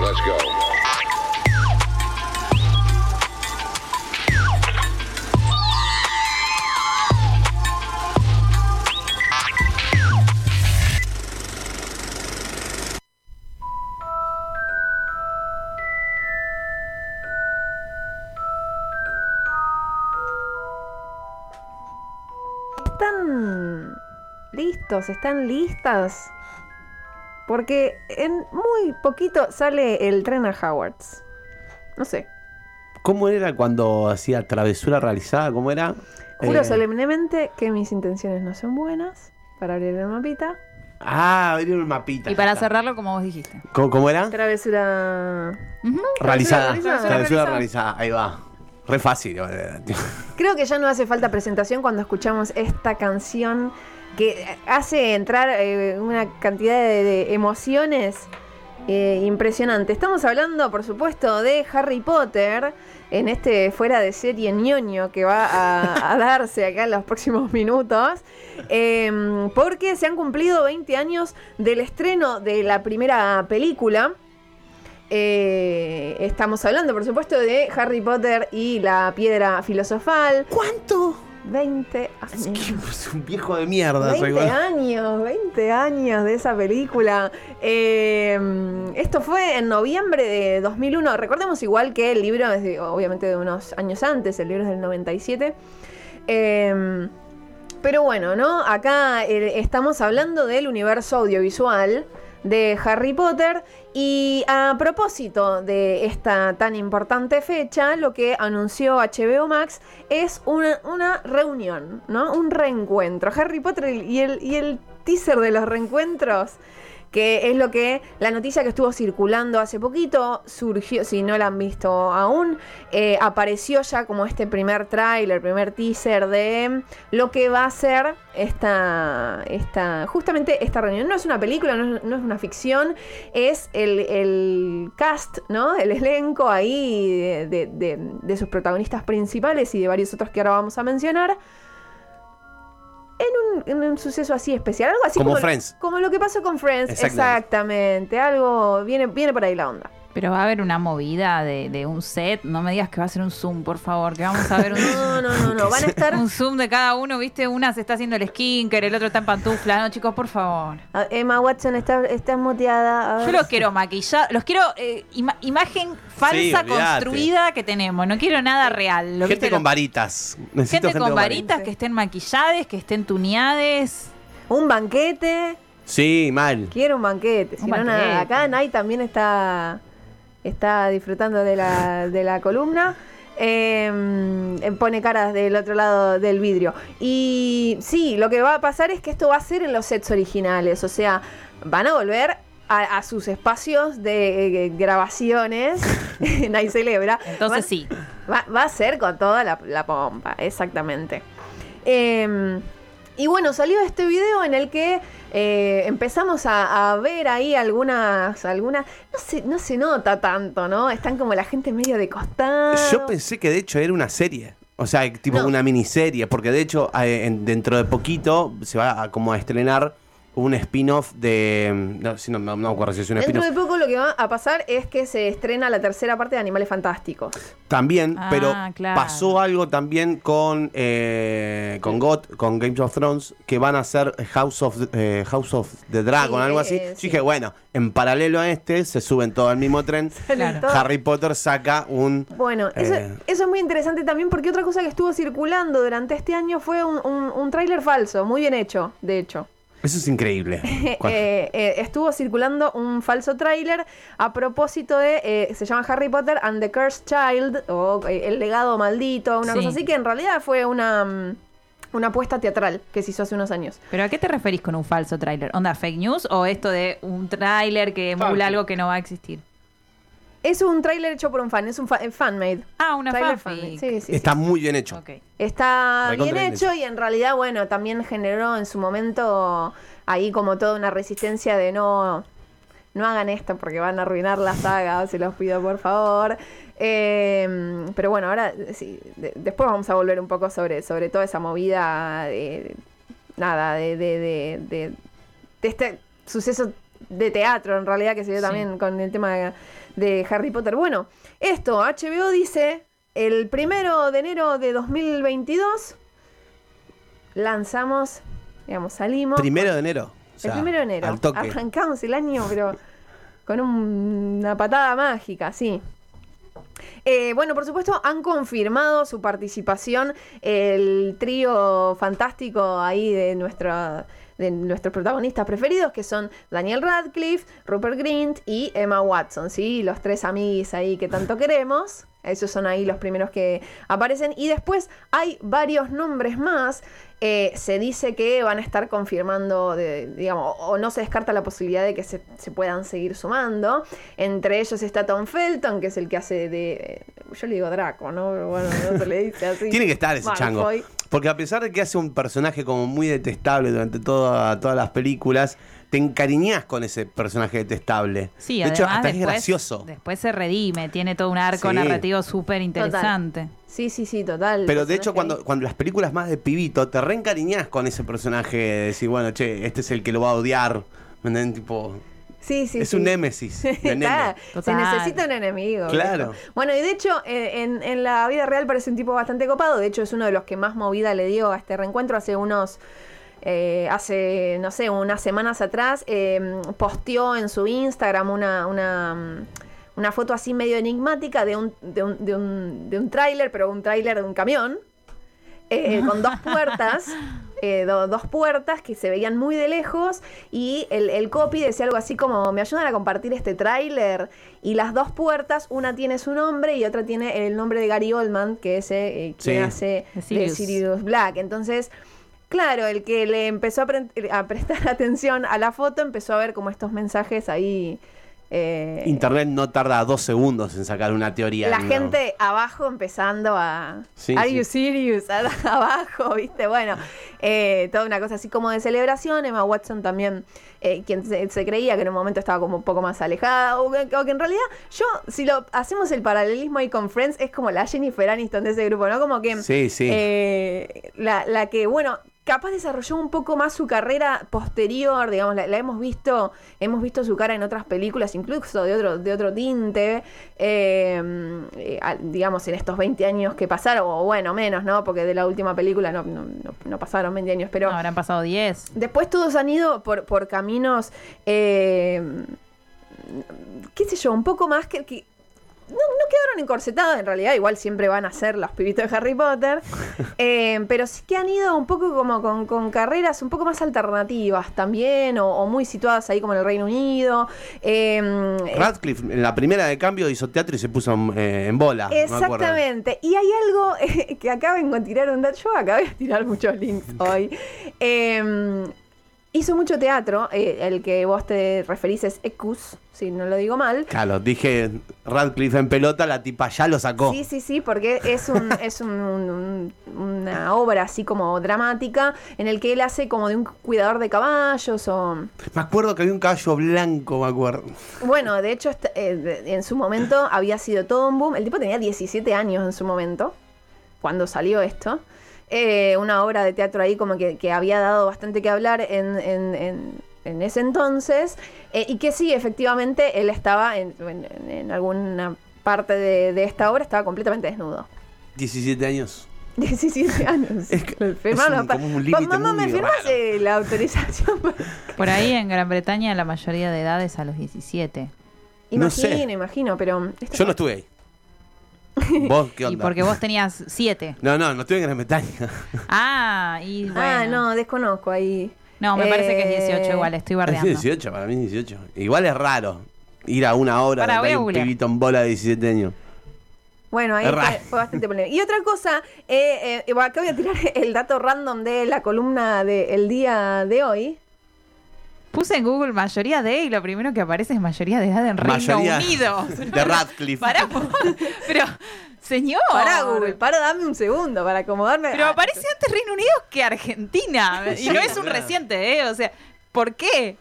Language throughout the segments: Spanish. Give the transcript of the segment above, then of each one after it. Let's go. ¿Están listos? ¿Están listas? Porque en muy poquito sale el tren a Howards. No sé. ¿Cómo era cuando hacía travesura realizada? ¿Cómo era? Juro Eh, solemnemente que mis intenciones no son buenas para abrir el mapita. Ah, abrir un mapita. Y para cerrarlo, como vos dijiste. ¿Cómo, cómo era? Travesura. Ujú. realizada. realizada. Travesura realizada. Ahí va. Re fácil. eh, Creo que ya no hace falta presentación cuando escuchamos esta canción que hace entrar eh, una cantidad de, de emociones eh, impresionante. Estamos hablando, por supuesto, de Harry Potter en este fuera de serie ñoño que va a, a darse acá en los próximos minutos, eh, porque se han cumplido 20 años del estreno de la primera película. Eh, estamos hablando, por supuesto, de Harry Potter y la piedra filosofal. ¿Cuánto? 20 Es que años. es un viejo de mierda. 20 soy. años, 20 años de esa película. Eh, esto fue en noviembre de 2001. Recordemos igual que el libro es de- obviamente de unos años antes, el libro es del 97. Eh, pero bueno, ¿no? Acá eh, estamos hablando del universo audiovisual de Harry Potter y a propósito de esta tan importante fecha, lo que anunció HBO Max es una, una reunión, ¿no? Un reencuentro. Harry Potter y el, y el teaser de los reencuentros, que es lo que la noticia que estuvo circulando hace poquito, surgió, si no la han visto aún, eh, apareció ya como este primer tráiler, primer teaser de lo que va a ser esta, esta, justamente esta reunión. No es una película, no es, no es una ficción, es el, el cast, ¿no? El elenco ahí de, de- de- de sus protagonistas principales y de varios otros que ahora vamos a mencionar. En un, en un suceso así especial, algo así Como como, Friends. como lo que pasó con Friends, exactamente. Exactamente. Algo viene, viene por ahí la onda. Pero va a haber una movida de, de un set. No me digas que va a ser un Zoom, por favor, que vamos a ver un No, no, no, no. Van a estar Un zoom de cada uno, viste, una se está haciendo el skinker, el otro está en pantufla. No, chicos, por favor. A- Emma Watson, está- estás muteada. A Yo ver. los quiero maquillados, los quiero eh, ima- imagen falsa olvidate. construida que tenemos. No quiero nada real. Lo que Gente con varitas. Necesito gente, con varitas. varitas que estén maquillades, que estén tuneades. Un banquete. Sí, mal. Quiero un banquete. Si Un no, nada. banquete. Acá Nay también está, está disfrutando de la, de la columna. Eh, pone caras del otro lado del vidrio. Y sí, lo que va a pasar es que esto va a ser en los sets originales. O sea, van a volver a, a sus espacios de eh, grabaciones. Nay celebra. Entonces Van- sí. Va, va a ser con toda la, la pompa, exactamente. Eh, y bueno, salió este video en el que eh, empezamos a, a ver ahí algunas, algunas, no se, no se nota tanto, ¿no? Están como la gente medio de costado. Yo pensé que de hecho era una serie. O sea, tipo No. una miniserie. Porque de hecho, eh, en- dentro de poquito se va a, como a estrenar un spin-off de. mm, No, si no, no, no me acuerdo si es un Dentro spin-off. de poco lo que va a pasar es que se estrena la tercera parte de Animales Fantásticos. También, Ah, pero claro. pasó algo también con eh, con GOT, con Games of Thrones, que van a hacer House of, eh, House of the Dragon, Sí, algo eh, así. eh, Yo sí. Dije, bueno, en paralelo a este, se suben todos al mismo tren. Claro. Todo- Harry Potter saca un... Bueno, eso, Eh. eso es muy interesante también porque otra cosa que estuvo circulando durante este año fue un, un, un tráiler falso, muy bien hecho, de hecho. Eso es increíble. Cuando- Eh, eh, estuvo circulando un falso tráiler a propósito de, eh, se llama Harry Potter and the Cursed Child, o eh, El legado maldito, una Sí. cosa así, que en realidad fue una, mm, una apuesta teatral que se hizo hace unos años. ¿Pero a qué te referís con un falso tráiler? ¿Onda fake news o esto de un tráiler que emula algo que no va a existir? Es un tráiler hecho por un fan, es un fa- eh, fan-made. Ah, una Tráiler fanfic. fan-made, sí, sí, sí. Está muy bien hecho. Ok. Está Recontra bien bien hecho y en realidad, bueno, también generó en su momento ahí como toda una resistencia de no, no hagan esto porque van a arruinar la saga, se los pido por favor. Eh, pero bueno, ahora sí, de- después vamos a volver un poco sobre, sobre toda esa movida de, nada, de, de, de, de- de este suceso de teatro en realidad que se dio Sí. también con el tema de, de Harry Potter. Bueno, esto, HBO dice, el primero de enero de 2022 lanzamos, digamos, salimos. Primero de enero. o sea, el primero de enero. Ah, Al toque. Arrancamos el año, pero con un- una patada mágica, sí. Eh, bueno, por supuesto, han confirmado su participación el trío fantástico ahí de nuestra de nuestros protagonistas preferidos, que son Daniel Radcliffe, Rupert Grint y Emma Watson, ¿sí? Los tres amiguis ahí que tanto queremos. Esos son ahí los primeros que aparecen. Y después hay varios nombres más. Eh, se dice que van a estar confirmando, de- digamos, o o no se descarta la posibilidad de que se, se puedan seguir sumando. Entre ellos está Tom Felton, que es el que hace de... eh, Yo le digo Draco, ¿no? Pero bueno, no se le dice así. Tiene que estar ese chango. Malfoy. Porque a pesar de que hace un personaje como muy detestable durante toda- todas las películas, te encariñás con ese personaje detestable. Sí, de hecho, además hasta es después, gracioso. Después se redime, tiene todo un arco Sí. narrativo súper interesante. Sí, sí, sí, total. Pero de Personaje hecho, ahí. cuando, cuando las películas más de pibito, te reencariñás con ese personaje de decir, bueno, che, este es el que lo va a odiar. ¿Me entienden? Tipo, Sí, sí, es sí. un némesis. de nene. Está, se Total. necesita un enemigo. Claro. viejo. Bueno, y de hecho, eh, en, en la vida real parece un tipo bastante copado. De hecho, es uno de los que más movida le dio a este reencuentro hace unos. eh, hace, no sé, unas semanas atrás, eh, posteó en su Instagram una. una mm, una foto así medio enigmática de un, de un, de un, de un tráiler, pero un tráiler de un camión, eh, con dos puertas, eh, do- dos puertas que se veían muy de lejos y el, el copy decía algo así como, me ayudan a compartir este tráiler y las dos puertas, una tiene su nombre y otra tiene el nombre de Gary Oldman, que es eh, quien Sí. hace De de Sirius. Sirius Black. Entonces... Claro, el que le empezó a, pre- a prestar atención a la foto empezó a ver como estos mensajes ahí. eh, Internet no tarda dos segundos en sacar una teoría. la ¿no? gente abajo empezando a. Sí, Are sí. you serious? A- Abajo, ¿viste? Bueno, eh, toda una cosa así como de celebración. Emma Watson también, eh, quien se, se creía que en un momento estaba como un poco más alejada. O que, o que en realidad, yo, si lo hacemos el paralelismo ahí con Friends, es como la Jennifer Aniston de ese grupo, ¿no? Como que. Sí, sí. eh, la, la que, bueno. Capaz desarrolló un poco más su carrera posterior, digamos, la, la hemos visto, hemos visto su cara en otras películas, incluso de otro, de otro tinte, eh, eh, al- digamos, en estos 20 años que pasaron, o bueno, menos, ¿no? Porque de la última película no, no- no- no pasaron 20 años, pero No, habrán pasado 10. después todos han ido por, por caminos, eh, qué sé yo, un poco más que... que- no, no quedaron encorsetados en realidad, igual siempre van a ser los pibitos de Harry Potter, eh, pero sí que han ido un poco como con, con carreras un poco más alternativas también, o, o muy situadas ahí como en el Reino Unido. eh, Radcliffe en la primera de cambio hizo teatro y se puso eh, en bola. me acuerdo. Exactamente. Y hay algo eh, que acá vengo a tirar un dato. Yo acabé de tirar muchos links hoy. Eh, hizo mucho teatro. eh, el que vos te referís es Ecus, si no lo digo mal. Claro, dije Radcliffe en pelota, la tipa ya lo sacó. Sí, sí, sí, porque es, un, es un- un- un- una obra así como dramática en el que él hace como de un cuidador de caballos o... Me acuerdo que había un caballo blanco, me acuerdo. Bueno, de hecho, est- eh, de- en su momento había sido todo un boom. El tipo tenía 17 años en su momento, cuando salió esto. Eh, una obra de teatro ahí como que, que había dado bastante que hablar en, en- en- en ese entonces. Eh, y que sí, efectivamente, él estaba en, en- en alguna parte de, de esta obra, estaba completamente desnudo. 17 años. 17 años. Es que Me es firmaron un- pa- como un Pa- límite Mamá, ¿me muy firmas raro. eh, la autorización? Por ahí en Gran Bretaña la mayoría de edades a los 17. No sé. imagino, imagino, pero... esto- Yo no estuve ahí. ¿Vos qué Y onda? porque vos tenías 7. No, no, no estuve en Gran Bretaña. Ah, y bueno. Ah, no, desconozco ahí. No, me parece que es Eh, 18 igual, estoy Es bardeando. 18, para mí es 18. Igual es raro ir a una obra Pará, donde voy hay a un googlear. pibito en bola de 17 años. Bueno, ahí Es fue, raro. fue bastante polémico. Y otra cosa, eh, eh, bueno, acá voy a tirar el dato random de la columna del día de hoy. Puse en Google mayoría de y lo primero que aparece es mayoría de edad en Reino Mayoría Unido. de Radcliffe. Pará, pero, señor. Pará, Google, para, dame un segundo para acomodarme. Pero Ah, aparece antes Reino Unido que Argentina. Sí, Y no es un claro. reciente, ¿eh? O sea, ¿por qué?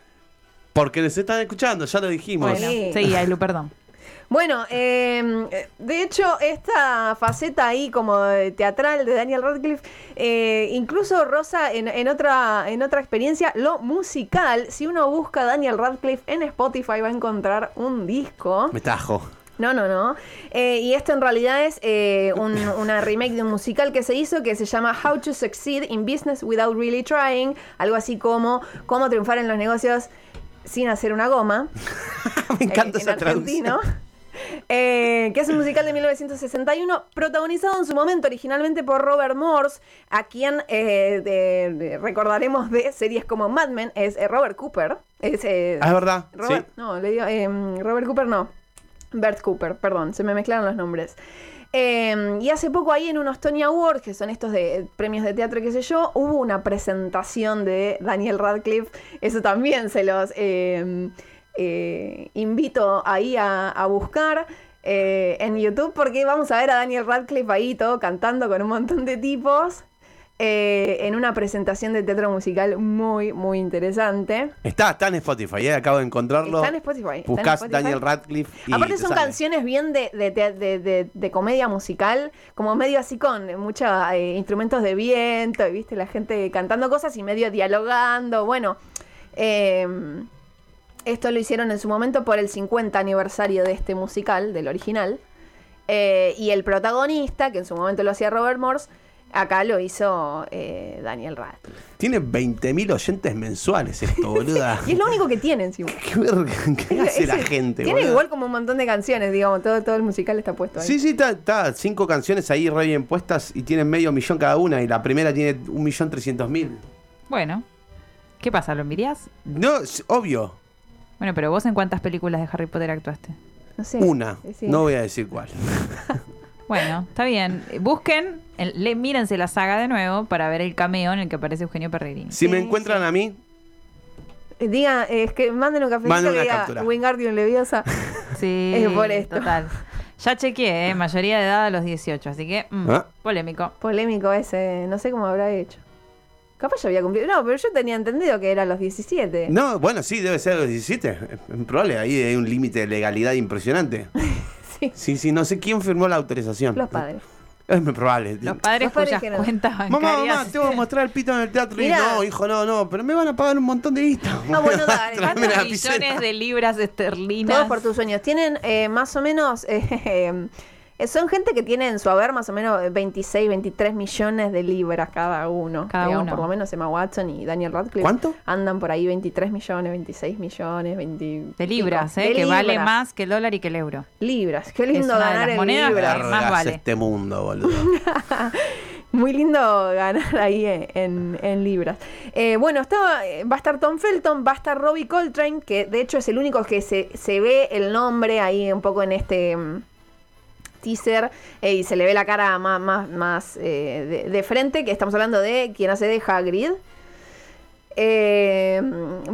Porque les están escuchando, ya lo dijimos. Bueno, Sí. seguí, Ailu, perdón. Bueno, eh, de hecho, esta faceta ahí como de teatral de Daniel Radcliffe, eh, incluso Rosa, en, en otra, en otra experiencia, lo musical, si uno busca Daniel Radcliffe en Spotify va a encontrar un disco. Me tajo. No, no, no. Eh, y esto en realidad es eh, un- una remake de un musical que se hizo que se llama How to Succeed in Business Without Really Trying, algo así como cómo triunfar en los negocios sin hacer una goma Me encanta en- en esa traducción. argentino. eh, que es un musical de 1961, protagonizado en su momento originalmente por Robert Morse, a quien eh, de- de- recordaremos de series como Mad Men, es eh, Robert Cooper. Es, eh, Ah, es verdad. Robert, sí. no, le digo, em, Robert Cooper no. Bert Cooper, perdón, se me mezclaron los nombres. Em, y hace poco ahí en unos Tony Awards, que son estos de premios de teatro, qué sé yo, hubo una presentación de Daniel Radcliffe. Eso también se los em, eh, invito ahí a, a buscar eh, en YouTube porque vamos a ver a Daniel Radcliffe ahí todo cantando con un montón de tipos eh, en una presentación de teatro musical muy, muy interesante. Está, está en Spotify, eh, acabo de encontrarlo. Está en Spotify. está en Buscás Spotify. Daniel Radcliffe. Y Aparte te son sale. canciones bien de, de, te- de- de- de comedia musical, como medio así con muchos instrumentos de viento, y viste la gente cantando cosas y medio dialogando. Bueno, eh, esto lo hicieron en su momento por el 50 aniversario de este musical, del original. Eh, y el protagonista, que en su momento lo hacía Robert Morse, acá lo hizo eh, Daniel Radcliffe. Tiene 20.000 oyentes mensuales esto, boluda. Y es lo único que tiene encima. ¿Qué, verga, qué hace Ese- la gente, Tiene boluda? igual eh. como un montón de canciones, digamos, todo, todo el musical está puesto ahí. Sí, sí, está, está. Cinco canciones ahí re bien puestas y tienen medio millón cada una. Y la primera tiene un millón trescientos mil. Bueno. ¿Qué pasa? ¿Lo envidias? No, es obvio. Bueno, pero vos en cuántas películas de Harry Potter actuaste. No sé. Eh, Una. Sí. No voy a decir cuál. Bueno, está bien. Busquen, el- le, mírense la saga de nuevo para ver el cameo en el que aparece Eugenio Perrerini. Si me Sí, encuentran a mí, Eh, Diga, eh, es que manden un cafecito Manden que una diga captura. Wingardium Leviosa. Sí, Es por esto. total. Ya chequeé, ¿eh? mayoría de edad a los 18, así que mm, Ah. polémico. Polémico ese, no sé cómo habrá hecho. Capaz ya había cumplido. No, pero yo tenía entendido que era a los 17. No, bueno, sí, debe ser a los 17. Es Probable, ahí hay un límite de legalidad impresionante. Sí. Sí, sí, no sé quién firmó la autorización. Los padres. Es muy probable. Los padres Los padres cuyas dijeron, cuentas bancarias... Mamá, mamá, te voy a mostrar el pito en el teatro. Y Mirá. no, hijo, no, no, pero me van a pagar un montón de guita. Ah, bueno, dale. Tráeme ¿Cuántos la millones lapicera. de libras esterlinas? Todos por tus sueños. Tienen eh, más o menos. eh, eh, son gente que tiene en su haber más o menos eh, 26, 23 millones de libras cada uno. Cada uno. Por lo menos Emma Watson y Daniel Radcliffe. ¿Cuánto? Andan por ahí 23 millones, 26 millones, 20. De libras, pico. ¿eh? De que vale libras. más que el dólar y que el euro. Libras. Qué Es lindo una de ganar las en monedas que libras. más Largas vale. este mundo, boludo. Muy lindo ganar ahí eh, en, en libras. Eh, bueno, estaba, eh, va a estar Tom Felton, va a estar Robbie Coltrane, que de hecho es el único que se, se ve el nombre ahí un poco en este mm, teaser eh, y se le ve la cara más, más, más, eh, de, de frente, que estamos hablando de quien hace de Hagrid. Eh,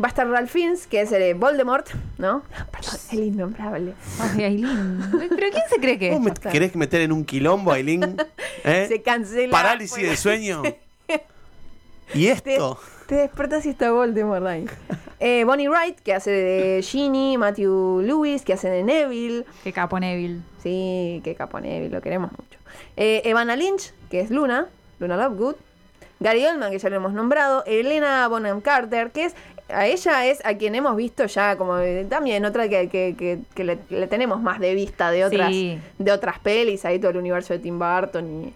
va a estar Ralph Fiennes, que es el de Voldemort, ¿no? Perdón, el innombrable. Ay, Aileen. ¿Pero quién se cree que ¿Vos es? me querés meter en un quilombo, Aileen? ¿Eh? Se cancela. pues. Parálisis Bueno. de sueño. ¿Y Te, esto? te despertas y está Voldemort ahí. Eh, Bonnie Wright, que hace de Ginny, Matthew Lewis, que hace de Neville. Qué capo Neville. Sí, qué capo Neville, lo queremos mucho. Eh, Evana Lynch, que es Luna, Luna Lovegood. Gary Oldman, que ya lo hemos nombrado. Elena Bonham Carter, que es. A ella es a quien hemos visto ya, como eh, también otra que, que- que- que le, le tenemos más de vista de otras, Sí. de otras pelis, ahí todo el universo de Tim Burton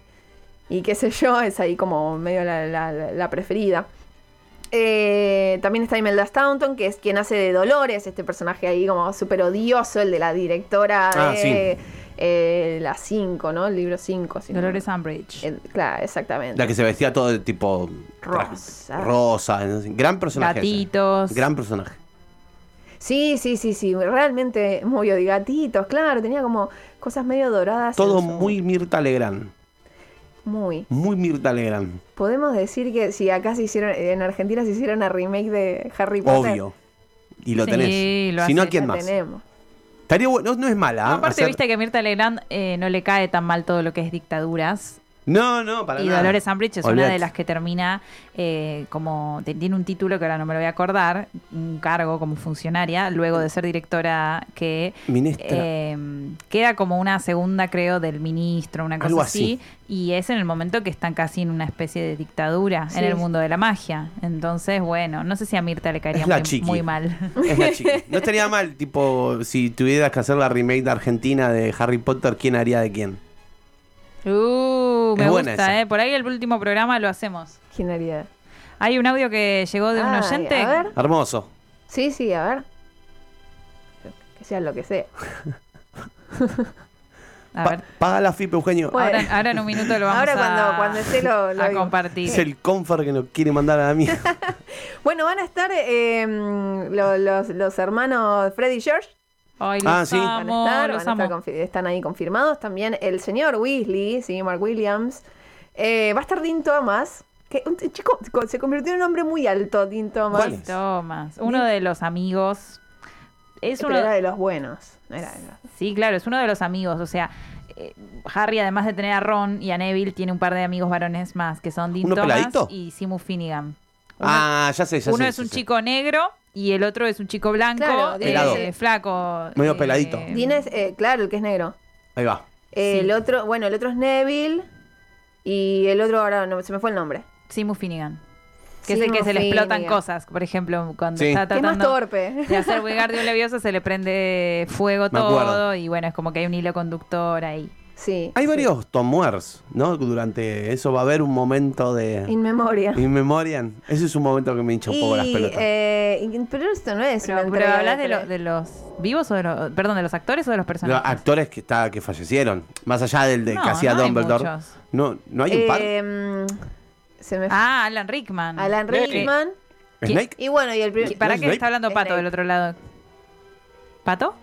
y, y qué sé yo, es ahí como medio la, la- la- la preferida. Eh, también está Imelda Staunton, que es quien hace de Dolores, este personaje ahí como súper odioso, el de la directora Ah, de eh, la 5, ¿no? El libro 5. si no- Dolores Umbridge. El- claro, exactamente. La que se vestía todo de tipo tra- Rosa. rosa, ¿no? gran personaje. ese. Gatitos. Gran personaje. Sí, sí, sí, sí, realmente muy odio gatitos, claro, tenía como cosas medio doradas. en Todo su- muy Mirta Legrand. Muy. Muy Mirta Legrand. Podemos decir que si acá se hicieron, en Argentina se hicieron a remake de Harry Potter. Obvio. Y lo Sí, tenés. lo si no, ¿a hace, quién la más? tenemos. Estaría bueno, no, no es mala. ¿ah? Aparte, Hacer- eh, viste que a Mirta Legrand eh, no le cae tan mal todo lo que es dictaduras. No, no, para y nada. Dolores Umbridge es una de Olvídate. las que termina eh, como te- tiene un título que ahora no me lo voy a acordar, un cargo como funcionaria luego de ser directora que Ministra. eh, queda como una segunda creo del ministro, una cosa Algo así. así. y es en el momento que están casi en una especie de dictadura Sí. en el mundo de la magia. Entonces, bueno, no sé si a Mirta le caería Es la muy, chiqui. muy mal. Es la chiqui. No estaría mal, tipo, si tuvieras que hacer la remake de Argentina de Harry Potter, ¿quién haría de quién? Uh, me Es buena gusta, esa. eh. Por ahí el último programa lo hacemos. ¿Quién haría? Hay un audio que llegó de un Ay, oyente. A ver. Hermoso. Sí, sí, a ver. Que sea lo que sea. A Pa- ver. Pues paga la FIP, Eugenio. Bueno. Ahora, ahora en un minuto lo vamos Pues, Ahora a cuando- cuando esté lo- lo a digo. compartir. Es el confort que nos quiere mandar a la mierda. Bueno, van a estar eh, mm, lo- los, los hermanos Freddy y George. Ay, los Ah, sí. Van amo, a estar, los van a estar amo. confi- están ahí confirmados. También el señor Weasley, sí, Mark Williams. Eh, va a estar Dean Thomas. Que un t- chico co- se convirtió en un hombre muy alto, Dean Thomas. ¿Cuál? Thomas, uno de los amigos. Es Pero uno, era de los buenos. Era de los- Sí, claro, es uno de los amigos. O sea, eh, Harry, además de tener a Ron y a Neville, tiene un par de amigos varones más, que son Dean ¿Uno Thomas peladito? y Simu Finnegan. Uno, ah, ya sé, ya sé. uno ya es un sé. chico negro y el otro es un chico blanco, Claro, eh, Pelado. flaco. Medio eh, peladito. Dean es, eh, claro, el que es negro. Ahí va. El Sí. otro, bueno, el otro es Neville. Y el otro ahora no, se me fue el nombre. Simu Finnegan. Que es el que Simu se le explotan Finnegan. cosas, por ejemplo, cuando Sí. está Que es más tratando torpe. de hacer Wingardium Leviosa se le prende fuego Me acuerdo. todo y bueno, es como que hay un hilo conductor ahí. Sí. Hay varios Tom Muers, ¿no? Durante eso va a haber un momento de. In memoria. In Memoriam. Ese es un momento que me hincha un poco las Y, pelotas. eh, y- pero esto no es una Pero, pero entrega hablas de, tele. lo- de los vivos o de los, perdón, de los actores o de los Los personajes. actores que, está, que fallecieron. Más allá del ah, de No, que hacía no hay Dumbledore. muchos. no, no hay un par. Eh, se me fue. Ah, Alan Rickman. Alan Eh, Rickman. ¿Snake? Y bueno, y el eh, primer. ¿Para ¿No qué es está hablando Pato Snape. del otro lado? ¿Pato?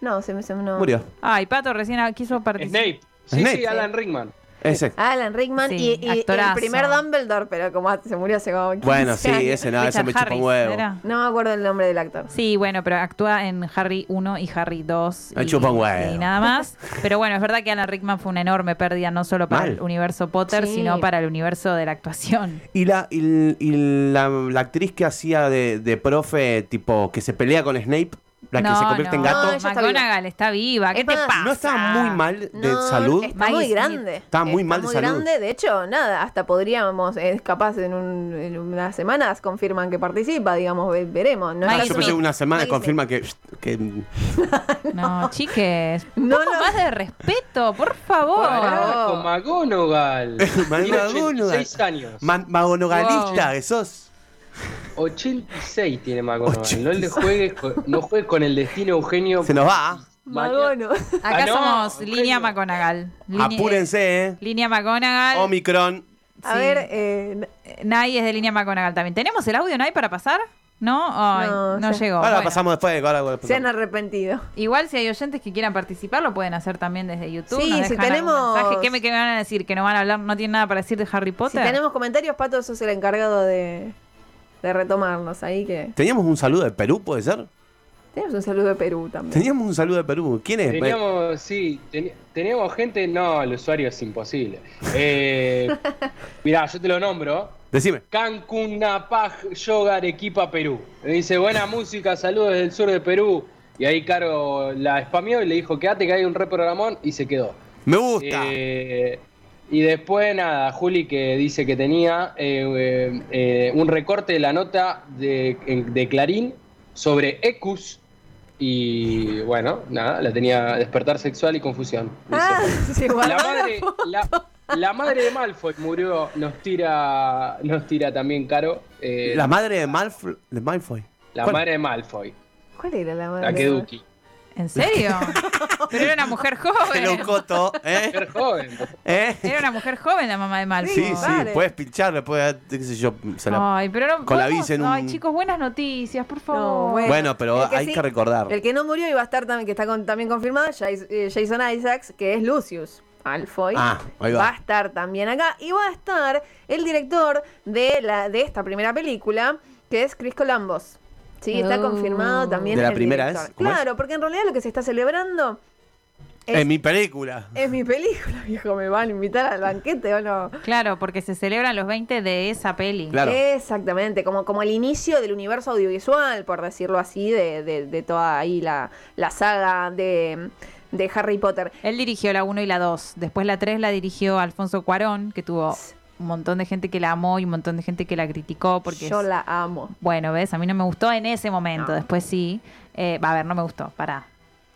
No, se me. Se me no. Murió. Ay, Pato recién ah, quiso participar. Snape. Sí, Snape. sí, Alan Rickman. Ese. Alan Rickman Sí, y- y, el actorazo. primer Dumbledore, pero como hace- se murió hace como 15 Bueno, sí, años. ese no, ese Este Richard me chupa Harris, un huevo. ¿era? No me acuerdo el nombre del actor. Sí, bueno, pero actúa en Harry 1 y Harry 2. Me y- chupa un huevo. Y nada más. Pero bueno, es verdad que Alan Rickman fue una enorme pérdida, no solo para Mal. el universo Potter, Sí. sino para el universo de la actuación. Y la, y, l- y la, la actriz que hacía de, de profe, tipo, que se pelea con Snape, la que No, se convierte en no, gato, No, ella está McGonagall está viva. ¿Qué Es te más, pasa? no, estaba muy mal de No, salud. Está Maggie muy Smith. grande. Está muy mal de salud. grande. De hecho, nada, hasta podríamos, es capaz en, un- en unas semanas confirman que participa, digamos, ve- veremos. No, Maggie es Ah, Yo tan- pensé que una semana Maggie confirma que, que- No, chiques. Un No, poco no. más de respeto, por favor. Pará con McGonagall. Tiene McGonagall. 86 años. Ma- magonogalista Wow. que sos. 86 tiene McGonagall. No 86. le juegues con, no juegues con el destino, Eugenio. Se nos va. Mañana- Magono. Acá Ah, no, somos Eugenio. línea McGonagall. Línea- Apúrense, eh. Línea McGonagall. Omicron. A Sí. ver, eh, Eh, Nay es de línea McGonagall también. ¿Tenemos el audio, Nay, para pasar? ¿No? Ay, no, No, ya. llegó. ahora Bueno, pasamos después. Ahora, ahora se han pasamos. arrepentido. Igual si hay oyentes que quieran participar, lo pueden hacer también desde YouTube. Sí, si nos dejan algún tenemos- mensaje. ¿Qué me, qué me van a decir? ¿Que no van a hablar? ¿No tienen nada para decir de Harry Si Potter? tenemos comentarios, Pato, sos el encargado de, de retomarnos ahí. que Teníamos un saludo de Perú, ¿puede ser? Tenemos un saludo de Perú también. Teníamos un saludo de Perú. ¿Quién es? Teníamos, sí, teni- teníamos gente. No, el usuario es imposible. Eh, mirá, yo te lo nombro. Decime. Cancún Napaj Yoga Arequipa Perú. Le dice, buena música, saludos desde el sur de Perú. Y ahí Caro la spameó y le dijo, quédate que hay un reprogramón y se quedó. Me gusta. Eh, y después, nada, Juli que dice que tenía eh, eh, eh, un recorte de la nota de, en- de Clarín sobre Ecus. Y bueno, nada, la tenía despertar sexual y confusión. Dice. Ah, se guardó La la madre, foto. la, la madre de Malfoy murió, nos tira, nos tira también caro. eh, la madre de, Malf- de Malfoy. la ¿Cuál? madre de Malfoy, ¿Cuál era la madre? la que Duki. ¿En serio? Pero era una mujer Era un joven. coto, ¿eh? Mujer joven. ¿Eh? Era una mujer joven la mamá de Malfoy. Sí, sí, vale. puedes pincharle, puedes, qué sé yo, se la- Ay, pero no. Con la podemos- bici en Ay, un- chicos, buenas noticias, por favor. bueno. Bueno, pero El que hay sí, que recordar. El que no murió y va a estar también, que está con- también confirmado, Jais- eh, Jason Isaacs, que es Lucius Malfoy. Ah, ahí va. a estar también acá. Y va a estar el director de, la, de esta primera película, que es Chris Columbus. Sí, está Oh. confirmado también. ¿De la el primera director. vez? ¿Cómo es? Claro, porque en realidad lo que se está celebrando Es- En mi película. Es mi película, viejo, me van a invitar al banquete o no. Claro, porque se celebran los 20 de esa peli. Claro. Exactamente, como, como el inicio del universo audiovisual, por decirlo así, de, de- de toda ahí la, la saga de, de Harry Potter. Él dirigió la 1 y la 2. Después la 3 la dirigió Alfonso Cuarón, que tuvo un montón de gente que la amó y un montón de gente que la criticó porque Yo es- la amo. Bueno, ves, a mí no me gustó en ese momento. Después sí. Eh, va, a ver, no me gustó. Pará.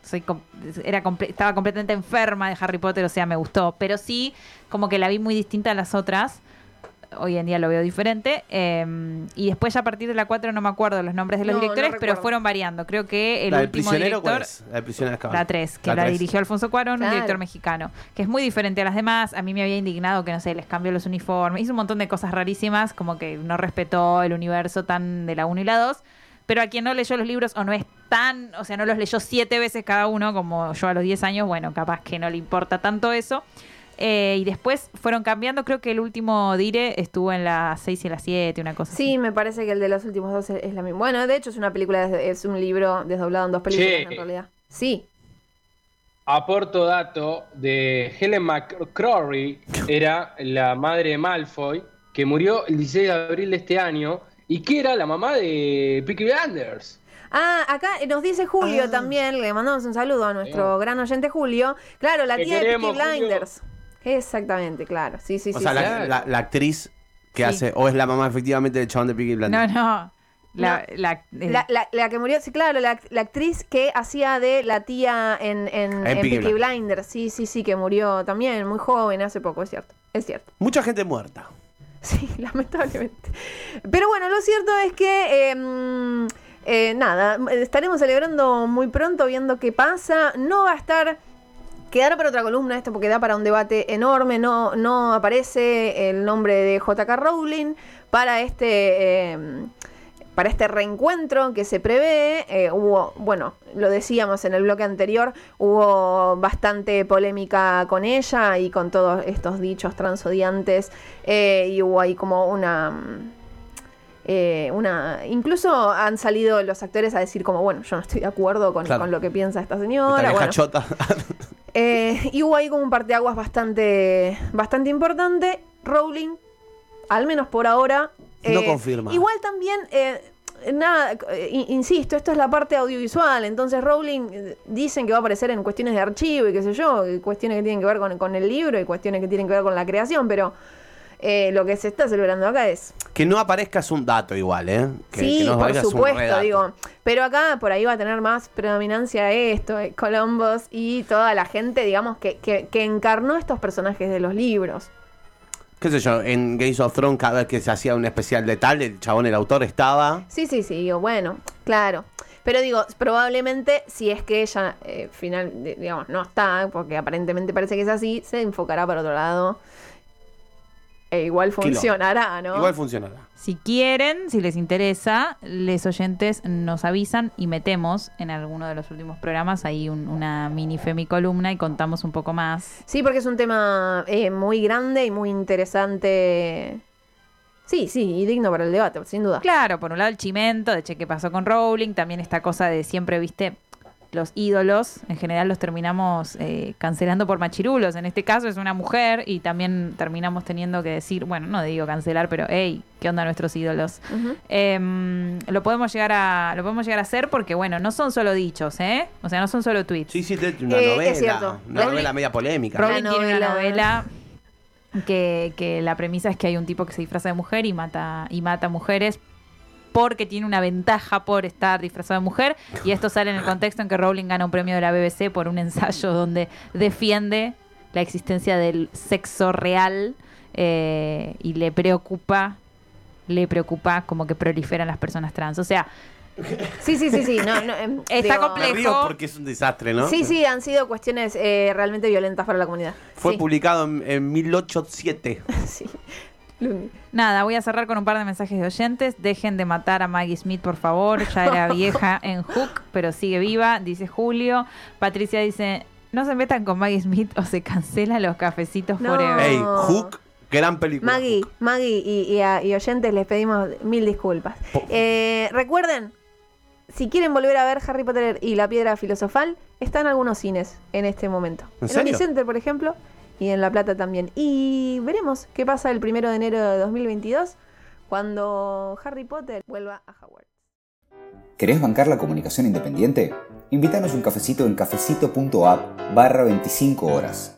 Soy com- era comple- estaba completamente enferma de Harry Potter, o sea, me gustó. Pero sí, como que la vi muy distinta a las otras. Hoy en día lo veo diferente. Eh, y después, ya a partir de la 4, no me acuerdo los nombres de los No, no directores, pero recuerdo. fueron variando. Creo que el ¿La del último prisionero director. cuál es? La del prisionero de Azkaban. La 3, que la, tres. dirigió Alfonso Cuarón, Claro. un director mexicano, que es muy diferente a las demás. A mí me había indignado que, no sé, les cambió los uniformes, hizo un montón de cosas rarísimas, como que no respetó el universo tan de la 1 y la 2. Pero a quien no leyó los libros o no es tan, o sea, no los leyó siete veces cada uno, como yo a los 10 años, bueno, capaz que no le importa tanto eso. Eh, y después fueron cambiando, creo que el último Dire estuvo en la 6 y la 7, una cosa Sí, me parece que el de los últimos dos es es la misma. Bueno, de hecho es una película, desde- es un libro desdoblado en dos películas Sí. en realidad. Sí, Aporto dato de Helen McCrory, era la madre de Malfoy, que murió el 16 de abril de este año y que era la mamá de Peaky Blinders. Ah, acá nos dice Julio Ah. también, le mandamos un saludo a nuestro gran oyente Julio. Claro, la Te tía queremos, de Peaky Julio. Blinders. Exactamente, claro. Sí, sí, O sí. sea, sí. la, la- la actriz que Sí. hace, o es la mamá efectivamente del chabón de Piggy así. Blinders. No, no. La, la, eh, La, la- la que murió, sí, claro, la, act- la actriz que hacía de la tía en, en, Ah, en Peaky Blinders. Sí, sí, sí, que murió también, muy joven, hace poco, es cierto. Es cierto. Mucha gente muerta. Sí, lamentablemente. Pero bueno, lo cierto es que. eh, mm, eh, nada, estaremos celebrando muy pronto, viendo qué pasa. No va a estar. Quedará para otra columna esto porque da para un debate enorme. No, no aparece el nombre de J.K. Rowling para este. eh, para este reencuentro que se prevé, eh, hubo, bueno, lo decíamos en el bloque anterior, hubo bastante polémica con ella y con todos estos dichos transodiantes eh, y hubo ahí como una... mm, eh, una incluso han salido los actores a decir como, bueno, yo no estoy de acuerdo con, Claro. con lo que piensa esta Esta señora. vieja bueno. chota. Eh, y hubo ahí como un parteaguas bastante, bastante importante. Rowling, al menos por ahora. No eh, confirma. Igual también, eh, nada, eh, in- insisto, esto es la parte audiovisual. Entonces Rowling eh, dicen que va a aparecer en cuestiones de archivo y qué sé yo, y cuestiones que tienen que ver con, con el libro y cuestiones que tienen que ver con la creación, pero eh, lo que se está celebrando acá es que no aparezca es un dato igual, ¿eh? Que, sí, que no por aparezca es un supuesto, redato. digo. Pero acá por ahí va a tener más predominancia esto, eh, Columbus y toda la gente, digamos, que, que, que encarnó estos personajes de los libros. Qué sé yo, en Games of Thrones cada vez que se hacía un especial de tal, el chabón, el autor estaba... Sí, sí, sí, digo, bueno, claro. Pero digo, probablemente si es que ella, eh, final, di- digamos, no está, porque aparentemente parece que es así, se enfocará para otro lado. E igual Quilombo. funcionará, ¿no? Igual funcionará. Si quieren, si les interesa, les oyentes nos avisan y metemos en alguno de los últimos programas ahí un- una mini femi columna y contamos un poco más. Sí, porque es un tema eh, muy grande y muy interesante. Sí, sí, y digno para el debate, sin duda. Claro, por un lado el chimento de che qué pasó con Rowling, también esta cosa de siempre, viste, los ídolos, en general los terminamos eh, cancelando por machirulos. En este caso es una mujer y también terminamos teniendo que decir, bueno, no digo cancelar, pero hey, ¿qué onda nuestros ídolos? Ujú. Em, lo podemos llegar a lo podemos llegar a hacer porque bueno no son solo dichos eh o sea no son solo tweets Sí, sí, te- una Eh, es novela. cierto. Una novela media polémica. Rob- Rowling La tiene una novela. novela que, que la premisa es que hay un tipo que se disfraza de mujer y mata y mata mujeres porque tiene una ventaja por estar disfrazado de mujer y esto sale en el contexto en que Rowling gana un premio de la BBC por un ensayo donde defiende la existencia del sexo real eh, y le preocupa le preocupa como que proliferan las personas trans o sea Sí, sí, sí, sí. No, no, em, Está digo, comple- Me río complejo. porque es un desastre, ¿no? Sí, sí, han sido cuestiones eh, realmente violentas para la comunidad. Fue sí, publicado en, en 1807. sí. Lundi. Nada, voy a cerrar con un par de mensajes de oyentes. Dejen de matar a Maggie Smith, por favor. Ya era vieja en Hook, pero sigue viva, dice Julio. Patricia dice, no se metan con Maggie Smith o se cancelan los cafecitos No. forever. Ey, Hook, gran película. Ah. Maggie, Hook. Maggie y, y a- y oyentes les pedimos mil disculpas. Po- Eh, recuerden si quieren volver a ver Harry Potter y la piedra filosofal, están algunos cines en este momento. ¿En el serio? Unicenter, por ejemplo, y en La Plata también. Y veremos qué pasa el primero de enero de 2022 cuando Harry Potter vuelva a Howard. ¿Querés bancar la comunicación independiente? Invítanos un cafecito en cafecito.app barra 25 horas.